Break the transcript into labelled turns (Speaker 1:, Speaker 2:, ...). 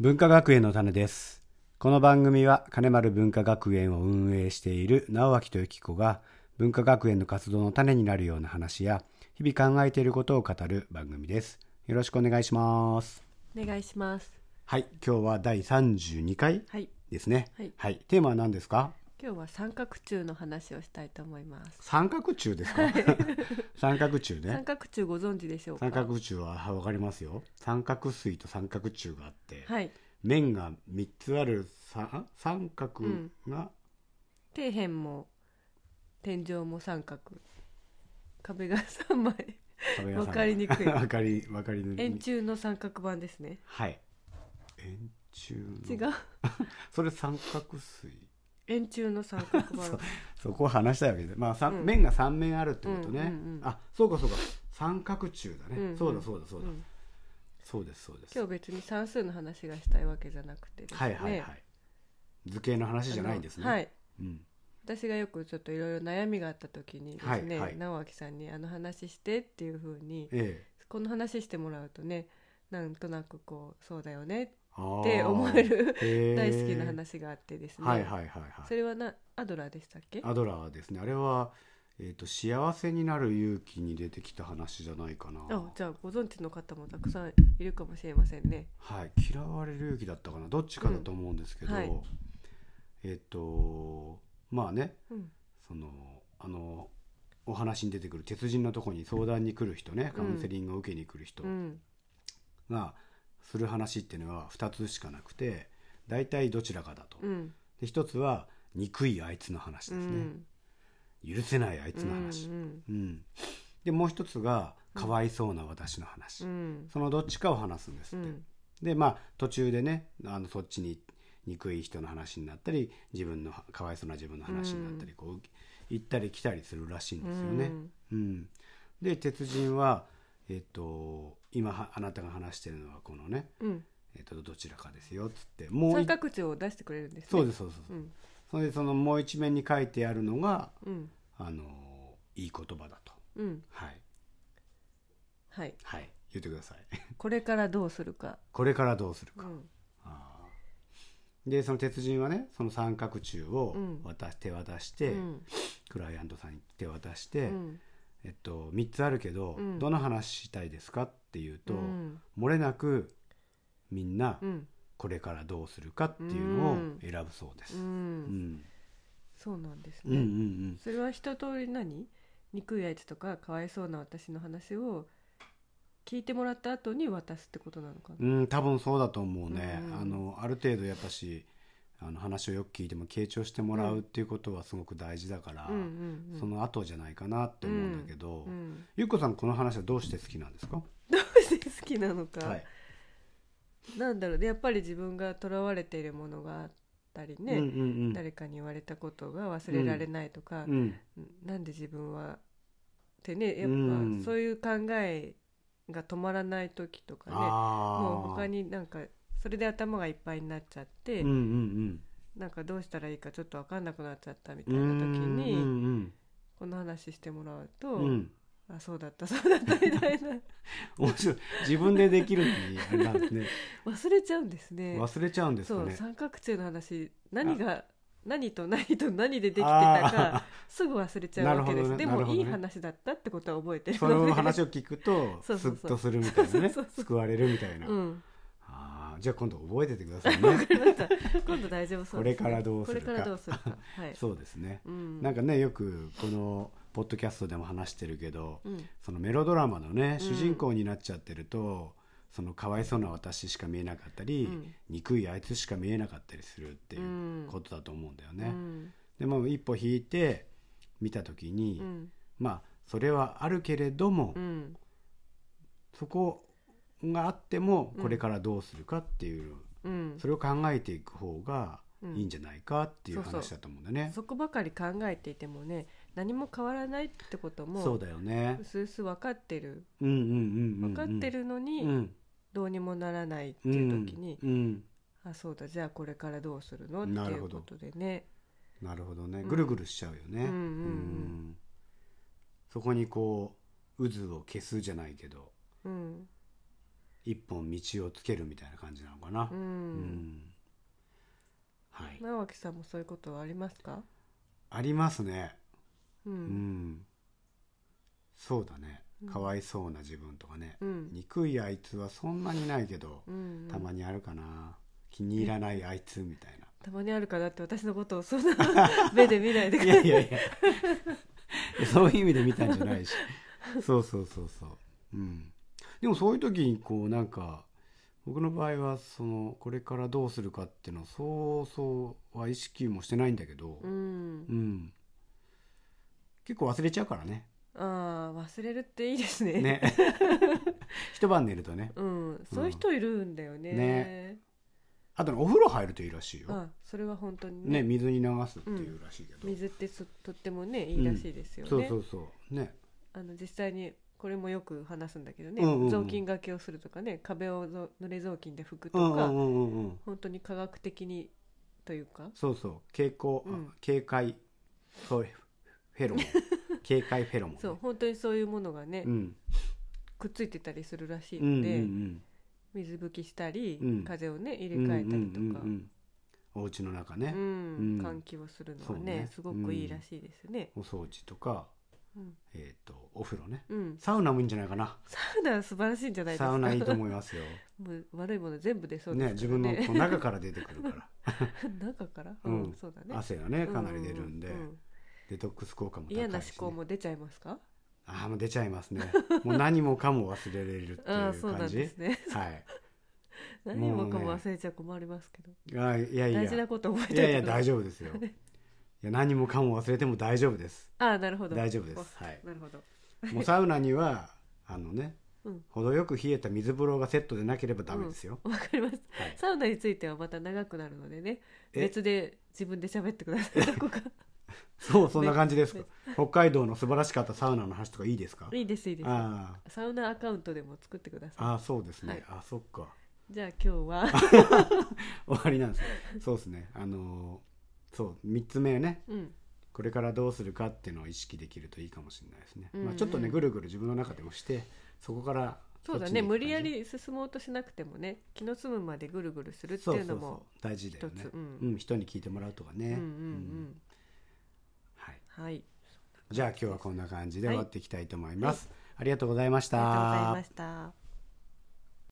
Speaker 1: 文化学園の種ですこの番組は金丸文化学園を運営している直脇とゆき子が文化学園の活動の種になるような話や日々考えていることを語る番組ですよろしくお願いします
Speaker 2: お願いします
Speaker 1: はい今日は第32回
Speaker 2: はい
Speaker 1: ですね
Speaker 2: はい
Speaker 1: テーマは何ですか
Speaker 2: 今日は三角柱の話をしたいと思います
Speaker 1: 三角柱ですか 三角柱ね
Speaker 2: 三角柱ご存知でしょうか
Speaker 1: 三角柱は分かりますよ三角錐と三角柱があって、
Speaker 2: はい
Speaker 1: 面が3つあるさ三角
Speaker 2: うん
Speaker 1: が、
Speaker 2: 底辺も天井も三角壁が三枚
Speaker 1: 壁が
Speaker 2: わ
Speaker 1: 三角
Speaker 2: かりにくい
Speaker 1: わかりわかりにくい
Speaker 2: 円柱の三角板ですね
Speaker 1: はい円柱の
Speaker 2: 違う
Speaker 1: それ三角錐
Speaker 2: 円柱の三角板
Speaker 1: う そこを話したいわけで、まあ、さん
Speaker 2: うん
Speaker 1: 面が3面あるってことね、
Speaker 2: うんうんうん
Speaker 1: あそうかそうか三角柱だね、
Speaker 2: うんうん
Speaker 1: そうだそうだそうだ、
Speaker 2: ん
Speaker 1: そうですそうです
Speaker 2: 今日別に算数の話がしたいわけじゃなくてですね
Speaker 1: はいはいはい、図形の話じゃないんですね
Speaker 2: あのはい
Speaker 1: うん、
Speaker 2: 私がよくちょっといろいろ悩みがあった時にですね、
Speaker 1: はいはい
Speaker 2: 直明さんにあの話してっていう風に
Speaker 1: ええ
Speaker 2: この話してもらうとねなんとなくこうそうだよね
Speaker 1: あー
Speaker 2: って思える
Speaker 1: へー
Speaker 2: 大好きな話があってですね、
Speaker 1: はいはいはい
Speaker 2: そ
Speaker 1: はい
Speaker 2: れはなアドラーでしたっけ
Speaker 1: アドラーですねあれは、えーと「幸せになる勇気」に出てきた話じゃないかな
Speaker 2: あじゃあご存知の方もたくさんいるかもしれませんね
Speaker 1: はい「嫌われる勇気」だったかなどっちかだと思うんですけど、
Speaker 2: うんはい
Speaker 1: えっ、とまあね
Speaker 2: うん
Speaker 1: そのあのお話に出てくる鉄人のとこに相談に来る人ねカウンセリングを受けに来る人
Speaker 2: うん
Speaker 1: がする話っていうのは2つしかなくて大体どちらかだと。
Speaker 2: うん
Speaker 1: で1つは憎いあいつの話
Speaker 2: う
Speaker 1: ですね。
Speaker 2: ん
Speaker 1: 許せないあいうつの話、
Speaker 2: ん
Speaker 1: うんでもう一つがかわいそうな私の話、
Speaker 2: うん
Speaker 1: そのどっちかを話すんです
Speaker 2: う
Speaker 1: って、
Speaker 2: ん
Speaker 1: でまあ途中でねあのそっちに憎い人の話になったり自分のかわいそうな自分の話になったり、こう行ったり来たりするらしいんですよね、うんで鉄人はえっと今はあなたが話してるのはこのね、
Speaker 2: うん
Speaker 1: えっとどちらかですよっつってもう
Speaker 2: 三
Speaker 1: い
Speaker 2: 角柱を出してくれるんですね
Speaker 1: そうですそうです、
Speaker 2: うん
Speaker 1: それでそのもう一面に書いてあるのが
Speaker 2: うん
Speaker 1: あのいい言葉だと
Speaker 2: うん
Speaker 1: はい
Speaker 2: はい
Speaker 1: はい言ってください
Speaker 2: これからどうするか
Speaker 1: これからどうする
Speaker 2: う
Speaker 1: か、
Speaker 2: ん
Speaker 1: あーでその鉄人はねその三角柱を
Speaker 2: うん
Speaker 1: 渡手渡し
Speaker 2: う
Speaker 1: て、
Speaker 2: ん
Speaker 1: クライアントさんに手渡して、
Speaker 2: うん
Speaker 1: えっと、3つあるけど、
Speaker 2: うん
Speaker 1: どの話したいですかっていうと、
Speaker 2: うん
Speaker 1: 漏れなくみんな
Speaker 2: うん
Speaker 1: これからどうするかっていうのを
Speaker 2: うん
Speaker 1: 選ぶそうです、
Speaker 2: う
Speaker 1: うんん
Speaker 2: そうなんです
Speaker 1: うんうんう
Speaker 2: ね
Speaker 1: ん
Speaker 2: それは一通り何憎いあいつとかかわいそうな私の話を聞いてもらった後に渡すってことなのかな、
Speaker 1: うん多分そうだと思うね、
Speaker 2: うん
Speaker 1: あのある程度やっぱしあの話をよく聞いても傾聴してもらうっていうことはすごく大事だから、
Speaker 2: うんうんうん、
Speaker 1: その後じゃないかなって思うんだけど、
Speaker 2: うん、
Speaker 1: ゆっこさんこの話はどうして好きなんですか、
Speaker 2: どうして好きなのか、
Speaker 1: はい
Speaker 2: なんだろうでやっぱり自分がとらわれているものがあったり
Speaker 1: う
Speaker 2: ね、
Speaker 1: んうんうん、
Speaker 2: 誰かに言われたことが忘れられないとか
Speaker 1: う、ん
Speaker 2: なんで自分はってねやっ
Speaker 1: うん
Speaker 2: ぱそういう考えが止まらない時とかね、
Speaker 1: ああ
Speaker 2: もう他になんかそれで頭がいっぱいになっちゃって、
Speaker 1: うんうん
Speaker 2: なんかどうしたらいいかちょっと分かんなくなっちゃったみた
Speaker 1: う
Speaker 2: い
Speaker 1: ん
Speaker 2: な時
Speaker 1: うん
Speaker 2: に
Speaker 1: うん
Speaker 2: この話してもらうと、
Speaker 1: うんうん
Speaker 2: あそうだったそうだったみたいな
Speaker 1: 面白い自分でできるのにあれなんですね
Speaker 2: 忘れちゃうんです ね。
Speaker 1: 忘れちゃうんです
Speaker 2: そ
Speaker 1: か
Speaker 2: う
Speaker 1: ね
Speaker 2: 三角柱の話何が何と何と何でできてたかすぐ忘れちゃうわけで
Speaker 1: なるほど
Speaker 2: す、
Speaker 1: ね
Speaker 2: で
Speaker 1: なる
Speaker 2: も
Speaker 1: ほどね
Speaker 2: いい話だったってことは覚えて
Speaker 1: あー
Speaker 2: る
Speaker 1: そ
Speaker 2: の
Speaker 1: の
Speaker 2: で
Speaker 1: 話を聞くとス
Speaker 2: そうそう
Speaker 1: ッ
Speaker 2: そう
Speaker 1: とするみたいなね
Speaker 2: そうそうそう
Speaker 1: 救われるみたいな、
Speaker 2: うん、
Speaker 1: あーじゃあ今度覚えててくださいね
Speaker 2: 今度大丈夫そうです、
Speaker 1: これからどうするか
Speaker 2: これからどうするかはい
Speaker 1: そうですね
Speaker 2: う、ん、
Speaker 1: なんかねよくこのポッドキャストでも話してるけど、
Speaker 2: うん
Speaker 1: そのメロドラマのね
Speaker 2: うん
Speaker 1: 主人公になっちゃってると、そのかわいそうな私しか見えなかったり、
Speaker 2: うん
Speaker 1: 憎いあいつしか見えなかったりするっていう
Speaker 2: うん
Speaker 1: ことだと思うんだよ
Speaker 2: う
Speaker 1: ね。
Speaker 2: ん
Speaker 1: でも一歩引いて見た時に、
Speaker 2: うん
Speaker 1: まあそれはあるけれども、
Speaker 2: うん
Speaker 1: そこがあっても
Speaker 2: うん
Speaker 1: これからどうするかっていう、
Speaker 2: うん
Speaker 1: それを考えていく方がいいんじゃないかっていう
Speaker 2: うんそうそう
Speaker 1: 話だと思うんだよね。
Speaker 2: そこばかり考えていてもね何も変わらないってことも
Speaker 1: そうだよね。
Speaker 2: うすうす分かってる
Speaker 1: うんうんうんうんうん。
Speaker 2: 分かってるの
Speaker 1: う
Speaker 2: に
Speaker 1: ん
Speaker 2: どうにもならないって
Speaker 1: うん
Speaker 2: いう時に、
Speaker 1: うん
Speaker 2: あそうだじゃあこれからどうするのっ
Speaker 1: な
Speaker 2: て
Speaker 1: る
Speaker 2: い
Speaker 1: ほ
Speaker 2: う
Speaker 1: ど
Speaker 2: ことでね
Speaker 1: なるほどね
Speaker 2: うん
Speaker 1: ぐるぐるしちゃうよね、
Speaker 2: うんうんうん
Speaker 1: んそこにこう渦を消すじゃないけど
Speaker 2: うん
Speaker 1: 一本道をつけるみたいな感じなのかな
Speaker 2: う。。
Speaker 1: うんんはい、
Speaker 2: 直樹さんもそういうことはありますか？
Speaker 1: ありますね。
Speaker 2: う。
Speaker 1: うんん。そうだね
Speaker 2: うん。
Speaker 1: かわいそうな自分とかね。
Speaker 2: うん。
Speaker 1: 憎いあいつはそんなにないけど、
Speaker 2: うん。
Speaker 1: たまにあるかな。気に入らないあいつみたいな。
Speaker 2: たまにあるからって私のことをそん な目で見ないでく
Speaker 1: い
Speaker 2: れ
Speaker 1: やいやいやいやそういう意味で見たんじゃないしそうそうそうそううんでもそういう時にこうなんか僕の場合はそのこれからどうするかっていうのをそうそうは意識もしてないんだけど、う
Speaker 2: う。
Speaker 1: んん結構忘れちゃうからね
Speaker 2: ああ忘れるっていいですね。
Speaker 1: ね 一晩寝るとね
Speaker 2: うん。そういう人いるんだよね。
Speaker 1: ねあとねお風呂入るといいらしいよ、
Speaker 2: あそれは本当に
Speaker 1: ね
Speaker 2: ね。
Speaker 1: 水に流すっていうらしいけど、
Speaker 2: 水ってそとってもねいいらしいですよね。
Speaker 1: そうそうそうね
Speaker 2: あの実際にこれもよく話すんだけどね、
Speaker 1: うんうんうん
Speaker 2: 雑巾がけをするとかね壁をぞ濡れ雑巾で拭くと
Speaker 1: うんう
Speaker 2: か、
Speaker 1: んうんうんうん
Speaker 2: 本当に科学的にというか
Speaker 1: そうそう警戒、あ
Speaker 2: うん
Speaker 1: 警戒そうフェ ロモン警戒フェロモンね、
Speaker 2: そう本当にそういうものがね、
Speaker 1: うん、
Speaker 2: くっついてたりするらしい
Speaker 1: うんうん
Speaker 2: の
Speaker 1: う
Speaker 2: で、
Speaker 1: ん
Speaker 2: 水拭きしたり、
Speaker 1: うん
Speaker 2: 風をね入
Speaker 1: う
Speaker 2: れ
Speaker 1: ん
Speaker 2: 替えたりと
Speaker 1: うんうん
Speaker 2: か、
Speaker 1: うんうんお家の中ね
Speaker 2: う、ん
Speaker 1: うん
Speaker 2: 換気をするの
Speaker 1: そ
Speaker 2: は
Speaker 1: う
Speaker 2: ね
Speaker 1: ね
Speaker 2: すごくいいらしいですね。
Speaker 1: お掃除とか
Speaker 2: うん
Speaker 1: えっ、とお風呂ね
Speaker 2: うん、
Speaker 1: サウナもいいんじゃないかな
Speaker 2: サウナは素晴らしいんじゃないですか
Speaker 1: サウナいいと思いますよ、
Speaker 2: もう悪いもの全部出そうで
Speaker 1: ね、自
Speaker 2: すから
Speaker 1: 分の
Speaker 2: ね
Speaker 1: こう中から出てくるか
Speaker 2: 中から、う
Speaker 1: うんん
Speaker 2: そうだ ね
Speaker 1: ら汗がねかなり出るんで、
Speaker 2: うううん
Speaker 1: デトックス効果も高いし、ね、
Speaker 2: 嫌な思考も出ちゃいますか
Speaker 1: ああもう出ちゃいますねもう何もかも忘れられるっていう
Speaker 2: あ
Speaker 1: 感
Speaker 2: あ
Speaker 1: じ
Speaker 2: そうなんで すね
Speaker 1: はい
Speaker 2: 何もか
Speaker 1: も
Speaker 2: も
Speaker 1: うね
Speaker 2: 忘れちゃ困りますけど、
Speaker 1: あーいやいや
Speaker 2: 大事なこと覚え
Speaker 1: い
Speaker 2: てお
Speaker 1: やい
Speaker 2: いて
Speaker 1: や
Speaker 2: ください
Speaker 1: 大丈夫 ですよ。いや何もかも忘れても大丈夫です。
Speaker 2: ああなるほど
Speaker 1: 大丈夫です
Speaker 2: お
Speaker 1: はい
Speaker 2: なるほど
Speaker 1: もうサウナにはあのね、
Speaker 2: うん
Speaker 1: 程よく冷えた水風呂がセットでなければダメですよ。
Speaker 2: わかります、
Speaker 1: はい
Speaker 2: サウナについてはまた長くなるのでね
Speaker 1: え
Speaker 2: 別で自分で喋ってくだ さいどこか
Speaker 1: そうそんな感じです
Speaker 2: ね。
Speaker 1: 北海道の素晴らしかったサウナの話とかいいですか？
Speaker 2: いいですいいです
Speaker 1: あー
Speaker 2: サウナアカウントでも作ってくださ
Speaker 1: あーそうですね。
Speaker 2: はい
Speaker 1: あそっか
Speaker 2: いじゃあ今日は
Speaker 1: 終わりなんですよ。そうですね。あのーそう三つ目ね。
Speaker 2: うん
Speaker 1: これからどうするかっていうのを意識できるといいかもしれないですね。
Speaker 2: うんう
Speaker 1: まあ
Speaker 2: ん
Speaker 1: ちょっとねぐるぐる自分の中で押してそこから
Speaker 2: そうだね無理やり進もうとしなくてもね気の済むまでぐるぐるする
Speaker 1: る
Speaker 2: っていうのも
Speaker 1: 大事だ
Speaker 2: 一
Speaker 1: よ
Speaker 2: つ
Speaker 1: ね。
Speaker 2: うん
Speaker 1: うん、人に聞いてもらうとかね、
Speaker 2: うんうんう
Speaker 1: うん
Speaker 2: ん
Speaker 1: はい、
Speaker 2: はい
Speaker 1: じゃあ今日はこんな感じで
Speaker 2: はい
Speaker 1: 終わっていきたいと思います、ありがとうございました、
Speaker 2: ありがとうございました